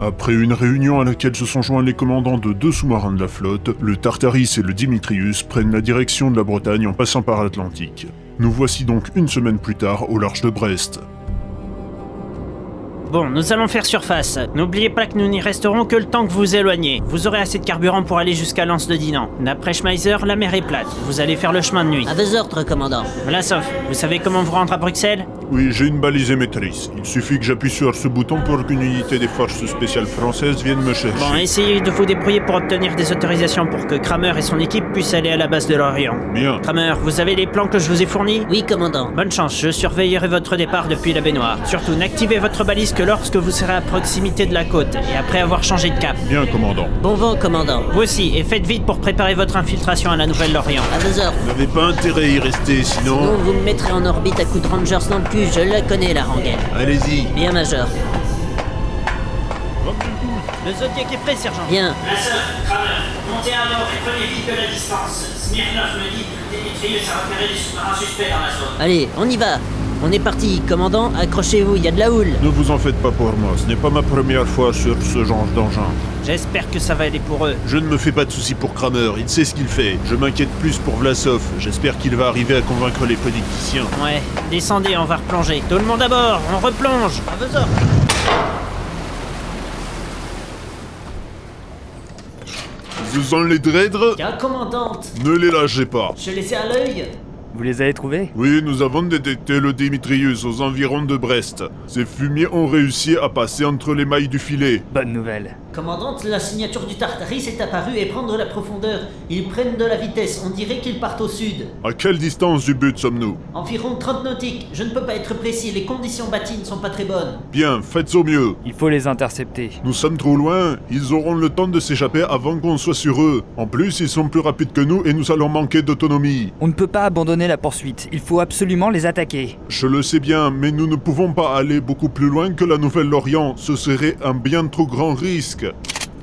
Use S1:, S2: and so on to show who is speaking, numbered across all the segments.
S1: Après une réunion à laquelle se sont joints les commandants de deux sous-marins de la flotte, le Tartaris et le Dimitrius prennent la direction de la Bretagne en passant par l'Atlantique. Nous voici donc une semaine plus tard au large de Brest.
S2: Bon, nous allons faire surface. N'oubliez pas que nous n'y resterons que le temps que vous éloignez. Vous aurez assez de carburant pour aller jusqu'à l'anse de Dinan. D'après Schmeiser, la mer est plate. Vous allez faire le chemin de nuit.
S3: À vos ordres, commandant.
S2: Vlasov, vous savez comment vous rendre à Bruxelles
S1: Oui, j'ai une balise émettrice. Il suffit que j'appuie sur ce bouton pour qu'une unité des forces spéciales françaises vienne me chercher.
S2: Bon, hein. essayez de vous débrouiller pour obtenir des autorisations pour que Kramer et son équipe puissent aller à la base de l'Orient.
S1: Bien.
S2: Kramer, vous avez les plans que je vous ai fournis
S3: Oui, commandant.
S2: Bonne chance, je surveillerai votre départ depuis la baignoire. Surtout, n'activez votre balise que lorsque vous serez à proximité de la côte et après avoir changé de cap.
S1: Bien, commandant.
S3: Bon vent, commandant.
S2: Vous aussi, et faites vite pour préparer votre infiltration à la Nouvelle-Lorient.
S3: À vos ordres.
S1: Vous n'avez pas intérêt à y rester,
S3: Sinon,
S1: sinon...
S3: vous me mettrez en orbite à coups de Rangers dans le cul, je la connais, la rengaine.
S1: Allez-y.
S3: Bien, Major.
S2: Le Zodiac est prêt, sergent.
S3: Bien.
S2: montez à bord et prenez vite de la distance. Smirnov me dit que Démétrius a repéré des sous-marins suspects dans la zone.
S3: Allez, on y va. On est parti, commandant, accrochez-vous, il y a de la houle.
S1: Ne vous en faites pas pour moi, ce n'est pas ma première fois sur ce genre d'engin.
S2: J'espère que ça va aller pour eux.
S1: Je ne me fais pas de soucis pour Kramer, il sait ce qu'il fait. Je m'inquiète plus pour Vlasov, j'espère qu'il va arriver à convaincre les politiciens.
S2: Ouais, descendez, on va replonger. Tout le monde à bord, on replonge. À vos ordres.
S1: Vous en les dreadres
S3: Tiens, commandante,
S1: Ne les lâchez pas.
S3: je les ai à l'œil.
S4: Vous les avez trouvés
S1: Oui, nous avons détecté le Démétrius aux environs de Brest. Ces fumiers ont réussi à passer entre les mailles du filet.
S4: Bonne nouvelle.
S3: Commandante, la signature du Tartaris est apparue et prend de la profondeur. Ils prennent de la vitesse, on dirait qu'ils partent au sud.
S1: À quelle distance du but sommes-nous
S3: Environ 30 nautiques, je ne peux pas être précis, les conditions bâties ne sont pas très bonnes.
S1: Bien, faites au mieux.
S4: Il faut les intercepter.
S1: Nous sommes trop loin, ils auront le temps de s'échapper avant qu'on soit sur eux. En plus, ils sont plus rapides que nous et nous allons manquer d'autonomie.
S4: On ne peut pas abandonner la poursuite. Il faut absolument les attaquer.
S1: Je le sais bien, mais nous ne pouvons pas aller beaucoup plus loin que la Nouvelle-Orient. Ce serait un bien trop grand risque.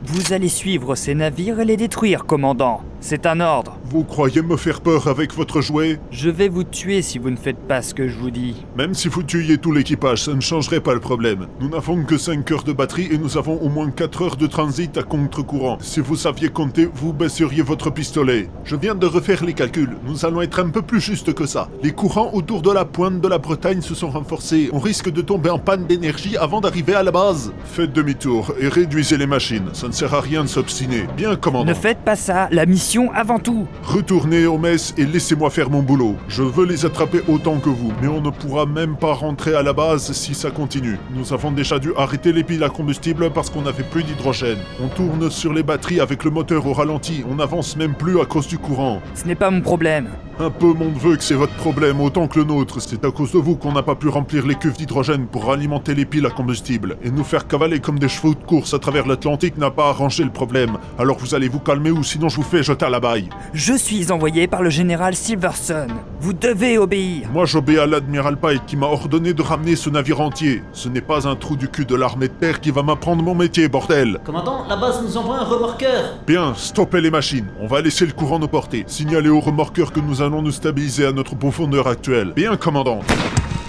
S4: Vous allez suivre ces navires et les détruire, commandant. C'est un ordre.
S1: Vous croyez me faire peur avec votre jouet
S4: Je vais vous tuer si vous ne faites pas ce que je vous dis.
S1: Même si vous tuiez tout l'équipage, ça ne changerait pas le problème. Nous n'avons que 5 heures de batterie et nous avons au moins 4 heures de transit à contre-courant. Si vous saviez compter, vous baisseriez votre pistolet. Je viens de refaire les calculs. Nous allons être un peu plus juste que ça. Les courants autour de la pointe de la Bretagne se sont renforcés. On risque de tomber en panne d'énergie avant d'arriver à la base. Faites demi-tour et réduisez les machines. Ça ne sert à rien de s'obstiner. Bien, commandant.
S4: Ne faites pas ça. La mission avant tout.
S1: Retournez au mess et laissez-moi faire mon boulot. Je veux les attraper autant que vous, mais on ne pourra même pas rentrer à la base si ça continue. Nous avons déjà dû arrêter les piles à combustible parce qu'on n'avait plus d'hydrogène. On tourne sur les batteries avec le moteur au ralenti, on n'avance même plus à cause du courant.
S4: Ce n'est pas mon problème.
S1: Un peu mon neveu que c'est votre problème autant que le nôtre. C'est à cause de vous qu'on n'a pas pu remplir les cuves d'hydrogène pour alimenter les piles à combustible. Et nous faire cavaler comme des chevaux de course à travers l'Atlantique n'a pas arrangé le problème. Alors vous allez vous calmer ou sinon je vous fais jeter à la baille.
S4: Je suis envoyé par le général Silverson. Vous devez obéir.
S1: Moi j'obéis à l'admiral Pike qui m'a ordonné de ramener ce navire entier. Ce n'est pas un trou du cul de l'armée de terre qui va m'apprendre mon métier, bordel.
S3: Commandant, la base nous envoie un remorqueur.
S1: Bien, stoppez les machines. On va laisser le courant nous porter. Signalez au remorqueur que nous allons nous stabiliser à notre profondeur actuelle. Bien, commandant.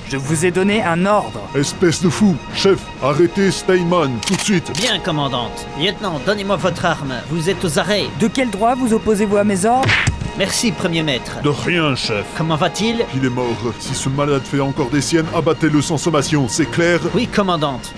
S4: Je vous ai donné un ordre.
S1: Espèce de fou. Chef, arrêtez Steinman tout de suite.
S2: Bien, commandante. Lieutenant, donnez-moi votre arme. Vous êtes aux arrêts.
S4: De quel droit vous opposez-vous à mes ordres
S2: Merci, premier maître.
S1: De rien, chef.
S2: Comment va-t-il
S1: Il est mort. Si ce malade fait encore des siennes, abattez-le sans sommation, c'est clair
S2: Oui, commandante.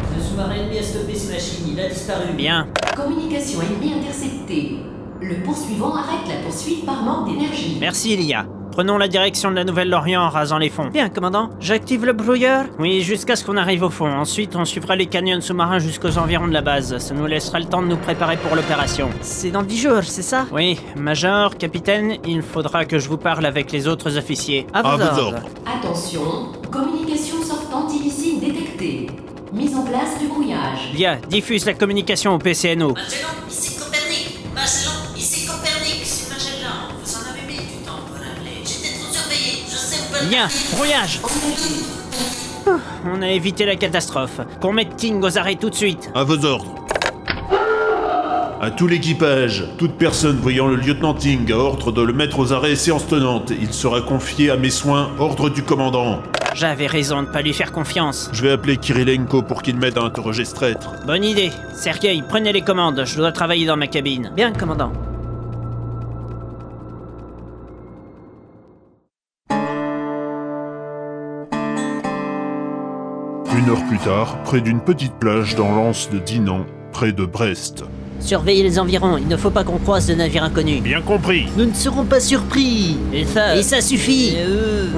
S3: Le sous-marin ennemi a stoppé ses machines, il a disparu.
S2: Bien.
S5: Communication ennemie interceptée. Le poursuivant arrête la poursuite par manque d'énergie.
S2: Merci, Lia. Prenons la direction de la Nouvelle-Orient en rasant les fonds. Bien, commandant. J'active le brouilleur Oui, jusqu'à ce qu'on arrive au fond. Ensuite, on suivra les canyons sous-marins jusqu'aux environs de la base. Ça nous laissera le temps de nous préparer pour l'opération.
S3: C'est dans 10 jours, c'est ça
S2: Oui, Major, capitaine, il faudra que je vous parle avec les autres officiers. Ah,
S3: À vos
S1: À vos
S3: ordres.
S1: ordres.
S5: Attention, communication sortante illicite détectée. Mise en place du brouillage.
S2: Bien, diffuse la communication au PCNO.
S6: Magellan, ici Copernic. Magellan, ici Copernic. C'est Magellan. Vous en avez mis du temps pour appeler. J'étais trop surveillé. Je sais où peut
S2: Bien, brouillage Ah, On a évité la catastrophe. Qu'on mette Ting aux arrêts tout de suite.
S1: À vos ordres. À tout l'équipage, toute personne voyant le lieutenant Ting a ordre de le mettre aux arrêts séance tenante. Il sera confié à mes soins, ordre du commandant.
S2: J'avais raison de pas lui faire confiance.
S1: Je vais appeler Kirilenko pour qu'il m'aide à interroger ce traître.
S2: Bonne idée. Sergueï, prenez les commandes, je dois travailler dans ma cabine. Bien, commandant.
S1: Une heure plus tard, près d'une petite plage dans l'anse de Dinan, près de Brest.
S3: Surveillez les environs, il ne faut pas qu'on croise de navires inconnus.
S1: Bien compris.
S3: Nous ne serons pas surpris. Et ça. Et ça suffit.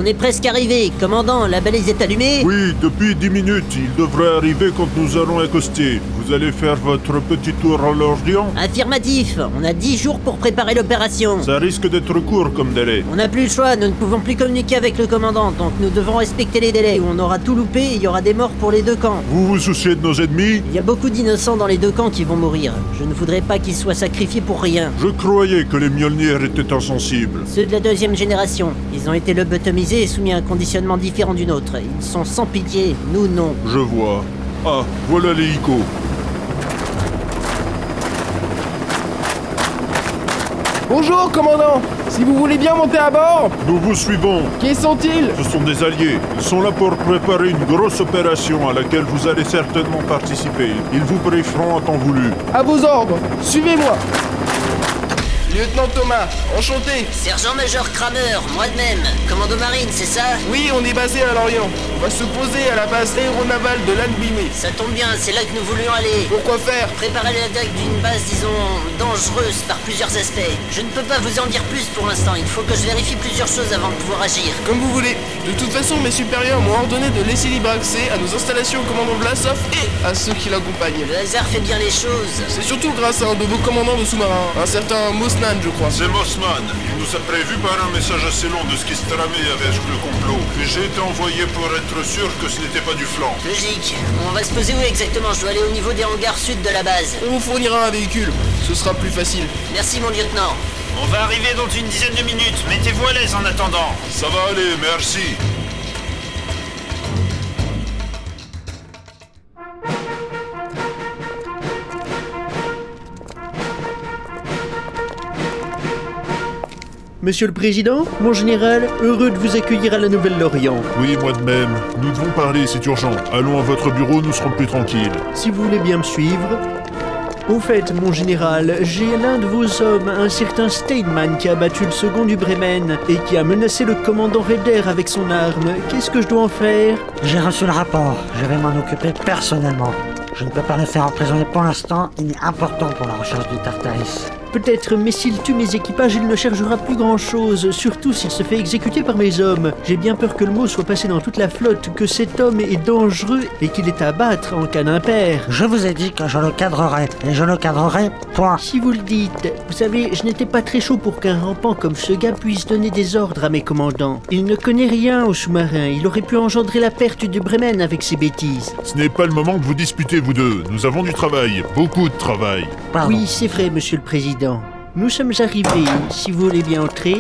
S3: On est presque arrivé. Commandant, la balise est allumée.
S1: Oui, depuis 10 minutes, il devrait arriver quand nous allons accoster. Vous allez faire votre petit tour à l'Orient
S3: Affirmatif. On a 10 jours pour préparer l'opération.
S1: Ça risque d'être court comme délai.
S3: On n'a plus le choix, nous ne pouvons plus communiquer avec le commandant, donc nous devons respecter les délais. On aura tout loupé et il y aura des morts pour les deux camps.
S1: Vous vous souciez de nos ennemis
S3: Il y a beaucoup d'innocents dans les deux camps qui vont mourir. Je ne voudrais pas qu'ils soient sacrifiés pour rien.
S1: Je croyais que les Mjolnir étaient insensibles.
S3: Ceux de la deuxième génération, ils ont été lobotomisés et soumis à un conditionnement différent du nôtre. Ils sont sans pitié, nous non.
S1: Je vois. Ah, voilà les Icos.
S7: Bonjour, commandant Si vous voulez bien monter à bord
S1: Nous vous suivons.
S7: Qui sont-ils
S1: Ce sont des alliés. Ils sont là pour préparer une grosse opération à laquelle vous allez certainement participer. Ils vous brieferont à temps voulu.
S7: À vos ordres, suivez-moi Lieutenant Thomas, enchanté
S3: Sergent-major Kramer, moi de même. Commando marine, c'est ça
S7: Oui, on est basé à Lorient. On va se poser à la base aéronavale de l'Albimé.
S3: Ça tombe bien, c'est là que nous voulions aller.
S7: Pourquoi faire
S3: Préparer l'attaque d'une base, disons, dangereuse par plusieurs aspects. Je ne peux pas vous en dire plus pour l'instant, il faut que je vérifie plusieurs choses avant de pouvoir agir.
S7: Comme vous voulez. De toute façon, mes supérieurs m'ont ordonné de laisser libre accès à nos installations au commandant Vlasov et à ceux qui l'accompagnent.
S3: Le hasard fait bien les choses.
S7: C'est surtout grâce à un de vos commandants de sous-marins, un certain Mosnan, je crois.
S1: C'est Mossman. Il nous a prévu par un message assez long de ce qui se tramait avec le complot. Et J'ai été envoyé pour être sûr que ce n'était pas du flanc.
S3: Logique. On va se poser où exactement Je dois aller au niveau des hangars sud de la base.
S7: On vous fournira un véhicule, ce sera plus facile.
S3: Merci mon lieutenant.
S8: On va arriver dans une dizaine de minutes. Mettez-vous à l'aise en attendant.
S1: Ça va aller, merci.
S9: Monsieur le Président, mon général, heureux de vous accueillir à la Nouvelle-Lorient.
S1: Oui, moi de même. Nous devons parler, c'est urgent. Allons à votre bureau, nous serons plus tranquilles.
S9: Si vous voulez bien me suivre. Au fait, mon général, j'ai l'un de vos hommes, un certain Steinman, qui a battu le second du Bremen et qui a menacé le commandant Raider avec son arme. Qu'est-ce que je dois en faire
S10: J'ai reçu le rapport. Je vais m'en occuper personnellement. Je ne peux pas le faire emprisonner pour l'instant. Il est important pour la recherche du Tartaris.
S9: Peut-être, mais s'il tue mes équipages, il ne chargera plus grand-chose, surtout s'il se fait exécuter par mes hommes. J'ai bien peur que le mot soit passé dans toute la flotte, que cet homme est dangereux et qu'il est à battre en cas d'impair.
S10: Je vous ai dit que je le cadrerai. Et je le cadrerai, point.
S9: Si vous le dites, vous savez, je n'étais pas très chaud pour qu'un rampant comme ce gars puisse donner des ordres à mes commandants. Il ne connaît rien au sous-marin, il aurait pu engendrer la perte du Bremen avec ses bêtises.
S1: Ce n'est pas le moment de vous disputer, vous deux. Nous avons du travail, beaucoup de travail.
S10: Pardon.
S9: Oui, c'est vrai, monsieur le président. Nous sommes arrivés, si vous voulez bien entrer.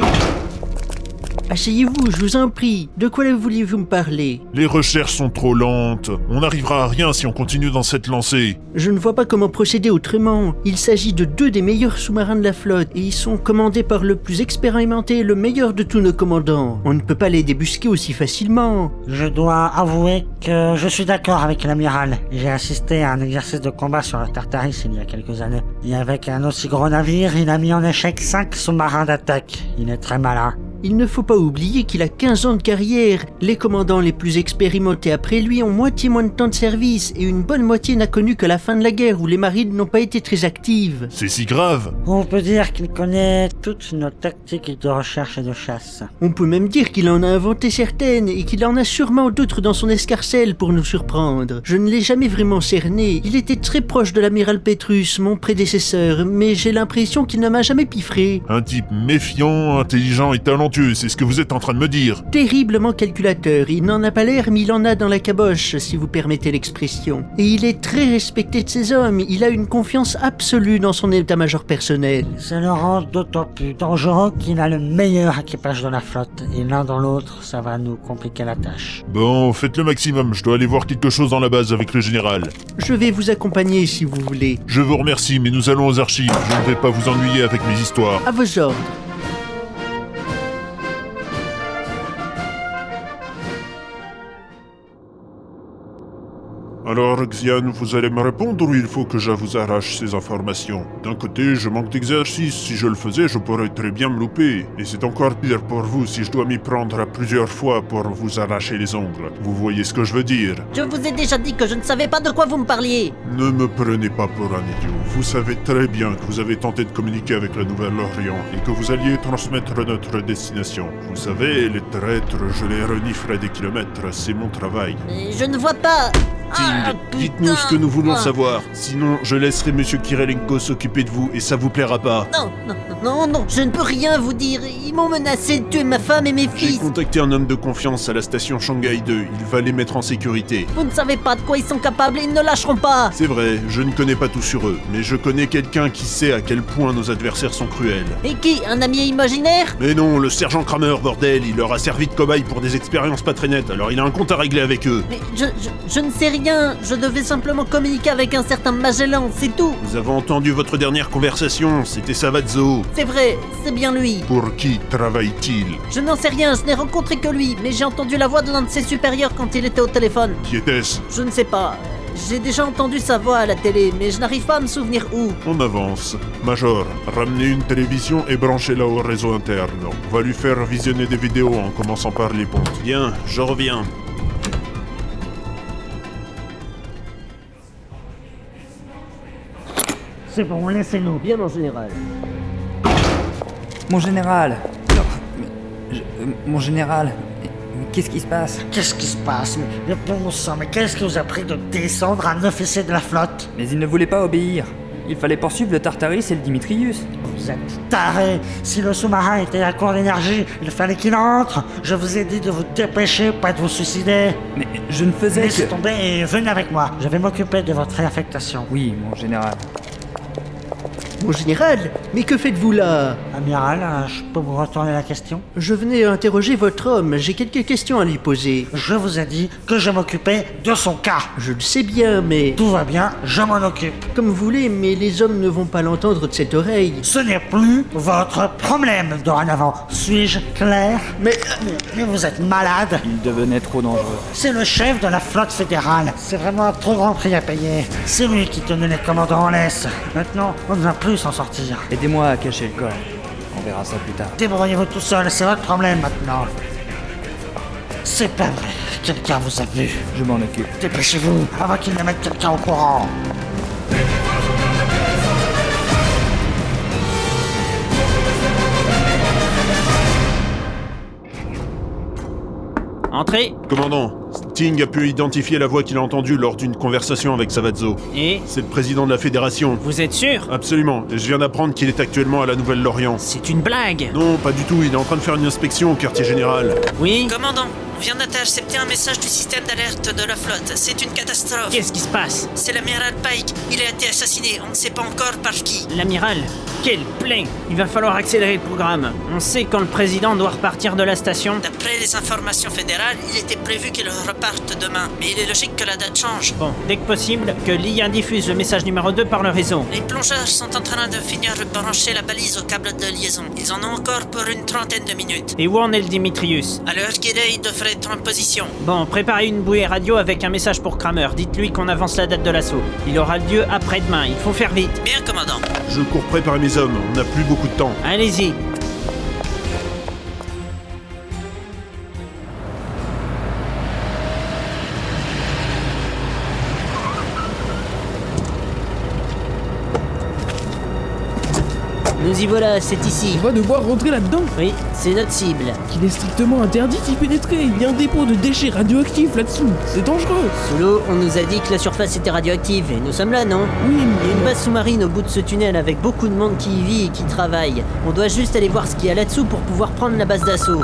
S9: Asseyez-vous, je vous en prie. De quoi vouliez-vous me parler
S1: Les recherches sont trop lentes. On n'arrivera à rien si on continue dans cette lancée.
S9: Je ne vois pas comment procéder autrement. Il s'agit de deux des meilleurs sous-marins de la flotte et ils sont commandés par le plus expérimenté, le meilleur de tous nos commandants. On ne peut pas les débusquer aussi facilement.
S10: Je dois avouer que je suis d'accord avec l'amiral. J'ai assisté à un exercice de combat sur le Tartaris il y a quelques années. Et avec un aussi gros navire, il a mis en échec 5 sous-marins d'attaque. Il est très malin.
S9: Il ne faut pas oublier qu'il a 15 ans de carrière. Les commandants les plus expérimentés après lui ont moitié moins de temps de service et une bonne moitié n'a connu que la fin de la guerre où les marines n'ont pas été très actives.
S1: C'est si grave.
S10: On peut dire qu'il connaît toutes nos tactiques de recherche et de chasse.
S9: On peut même dire qu'il en a inventé certaines et qu'il en a sûrement d'autres dans son escarcelle pour nous surprendre. Je ne l'ai jamais vraiment cerné. Il était très proche de l'amiral Petrus, mon prédécesseur, mais j'ai l'impression qu'il ne m'a jamais piffré.
S1: Un type méfiant, intelligent et talentueux, c'est ce que vous êtes en train de me dire.
S9: Terriblement calculateur, il n'en a pas l'air mais il en a dans la caboche, si vous permettez l'expression. Et il est très respecté de ses hommes, il a une confiance absolue dans son état-major personnel.
S10: Ça le rend d'autant plus dangereux qu'il a le meilleur équipage de la flotte. Et l'un dans l'autre, ça va nous compliquer la tâche.
S1: Bon, faites le maximum, je dois aller voir quelque chose dans la base avec le général.
S9: Je vais vous accompagner si vous voulez.
S1: Je vous remercie, mais nous allons aux archives. Je ne vais pas vous ennuyer avec mes histoires.
S9: À vos ordres.
S1: Alors, Xian, vous allez me répondre ou il faut que je vous arrache ces informations D'un côté, je manque d'exercice. Si je le faisais, je pourrais très bien me louper. Et c'est encore pire pour vous si je dois m'y prendre à plusieurs fois pour vous arracher les ongles. Vous voyez ce que je veux dire
S3: Je vous ai déjà dit que je ne savais pas Ah, de quoi vous me parliez.
S1: Ne me prenez pas pour un idiot. Vous savez très bien que vous avez tenté de communiquer avec la Nouvelle-Orient et que vous alliez transmettre notre destination. Vous savez, les traîtres, je les renifle à des kilomètres. C'est mon travail.
S3: Mais je ne vois pas. Ah,
S1: Dites-nous ce que nous voulons
S3: putain.
S1: savoir. Sinon, je laisserai Monsieur Kirelenko s'occuper de vous et ça vous plaira pas.
S3: Non, non, non, non, non, je ne peux rien vous dire. Ils m'ont menacé de tuer ma femme et mes
S1: J'ai
S3: fils.
S1: contacté un homme de confiance à la station Shanghai 2. Il va les mettre en sécurité.
S3: Vous ne savez pas de quoi ils sont capables et ils ne lâcheront pas.
S1: C'est vrai, je ne connais pas tout sur eux, mais je connais quelqu'un qui sait à quel point nos adversaires sont cruels.
S3: Et qui Un ami imaginaire
S1: Mais non, le sergent Kramer, bordel, il leur a servi de cobaye pour des expériences pas très nettes, alors il a un compte à régler avec eux.
S3: Mais je, je, je ne sais rien. Je devais simplement communiquer avec un certain Magellan, c'est tout.
S1: Nous avons entendu votre dernière conversation, c'était Savazzo.
S3: C'est vrai, c'est bien lui.
S1: Pour qui travaille-t-il
S3: Je n'en sais rien, je n'ai rencontré que lui, mais j'ai entendu la voix de l'un de ses supérieurs quand il était au téléphone.
S1: Qui était-ce
S3: Je ne sais pas. J'ai déjà entendu sa voix à la télé, mais je n'arrive pas à me souvenir où.
S1: On avance. Major, ramenez une télévision et branchez-la au réseau interne. On va lui faire visionner des vidéos en commençant par les pontes. Bien, je reviens.
S10: C'est bon, laissez-nous.
S3: Bien en général.
S4: Mon général Non, mais je- euh, Mon général mais- mais Qu'est-ce qui se passe
S10: Qu'est-ce qui se passe Mais mais bon sang, mais qu'est-ce qui vous a pris de descendre un officier de la flotte
S4: Mais il ne voulait pas obéir. Il fallait poursuivre le Tartaris et le Dimitrius.
S10: Vous êtes tarés Si le sous-marin était à court d'énergie, il fallait qu'il entre Je vous ai dit de vous dépêcher, pas de vous suicider
S4: Mais je ne faisais
S10: Laissez
S4: que...
S10: tomber et venez avec moi Je vais m'occuper de votre réaffectation.
S4: Oui, mon général.
S9: Mon général, mais que faites-vous là
S10: Amiral, euh, je peux vous retourner la question
S9: Je venais interroger votre homme, j'ai quelques questions à lui poser.
S10: Je vous ai dit que je m'occupais de son cas
S9: Je le sais bien, mais...
S10: Tout va bien, je m'en occupe
S9: Comme vous voulez, mais les hommes ne vont pas l'entendre de cette oreille.
S10: Ce n'est plus votre problème dorénavant. Suis-je clair
S9: Mais...
S10: Mais vous êtes malade
S4: Il devenait trop dangereux.
S10: C'est le chef de la flotte fédérale. C'est vraiment un trop grand prix à payer. C'est lui qui tenait les commandes en laisse. Maintenant, on ne va plus s'en sortir.
S4: Aidez-moi à cacher le corps. On verra ça plus tard.
S10: Débrouillez-vous tout seul, c'est votre problème maintenant. C'est pas vrai. Quelqu'un vous a vu.
S4: Je m'en occupe.
S10: Dépêchez-vous avant qu'il ne mette quelqu'un au courant.
S2: Entrez
S1: Commandant, Sting a pu identifier la voix qu'il a entendue lors d'une conversation avec Savazzo.
S2: Et
S1: C'est le président de la Fédération.
S2: Vous êtes sûr
S1: Absolument, et je viens d'apprendre qu'il est actuellement à la Nouvelle-Lorient.
S2: C'est une blague
S1: Non, pas du tout, il est en train de faire une inspection au quartier général.
S2: Oui
S6: Commandant, on vient d'intercepter un message du système d'alerte de la flotte. C'est une catastrophe.
S2: Qu'est-ce qui se passe
S6: C'est l'amiral Pike. Il a été assassiné. On ne sait pas encore par qui.
S2: L'amiral Quel plein Il va falloir accélérer le programme. On sait quand le président doit repartir de la station.
S6: D'après les informations fédérales, il était prévu qu'il reparte demain. Mais il est logique que la date change.
S2: Bon, dès que possible, que l'IA diffuse le message numéro 2 par le réseau.
S6: Les plongeurs sont en train de finir de brancher la balise au câble de liaison. Ils en ont encore pour une trentaine de minutes.
S2: Et où en est le Dimitrius
S6: À l'heure qu'il est, il devrait être en position.
S2: Bon, préparez une bouée radio avec un message pour Kramer. Dites-lui qu'on avance la date de l'assaut. Il aura lieu après-demain, il faut faire vite.
S6: Bien, commandant.
S1: Je cours préparer mes hommes, on n'a plus beaucoup de temps.
S2: Allez-y.
S3: Nous y voilà, c'est ici.
S11: On va devoir rentrer là-dedans,
S3: Oui, c'est notre cible.
S11: qu'il est strictement interdit d'y pénétrer. Il y a un dépôt de déchets radioactifs là-dessous. C'est dangereux.
S3: Sous l'eau, on nous a dit que la surface était radioactive, et nous sommes là, non
S11: Oui,
S3: Il y a une
S11: mais...
S3: base sous-marine au bout de ce tunnel avec beaucoup de monde qui y vit et qui travaille. On doit juste aller voir ce qu'il y a là-dessous pour pouvoir prendre la base d'assaut.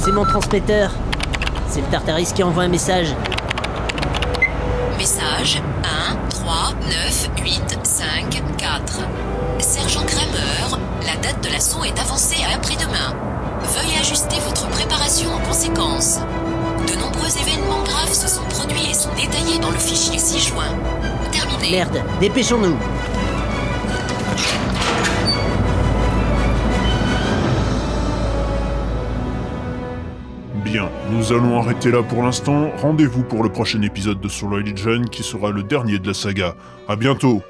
S3: C'est mon transmetteur. C'est le Tartaris qui envoie un message.
S5: Message 1 3 9 8 5 4. Sergent Kramer, la date de l'assaut est avancée à après-demain. Veuillez ajuster votre préparation en conséquence. De nombreux événements graves se sont produits et sont détaillés dans le fichier 6 juin. Terminé.
S3: Merde, dépêchons-nous.
S1: Bien, Nous allons arrêter là pour l'instant. Rendez-vous pour le prochain épisode de Solo Legion qui sera le dernier de la saga. À bientôt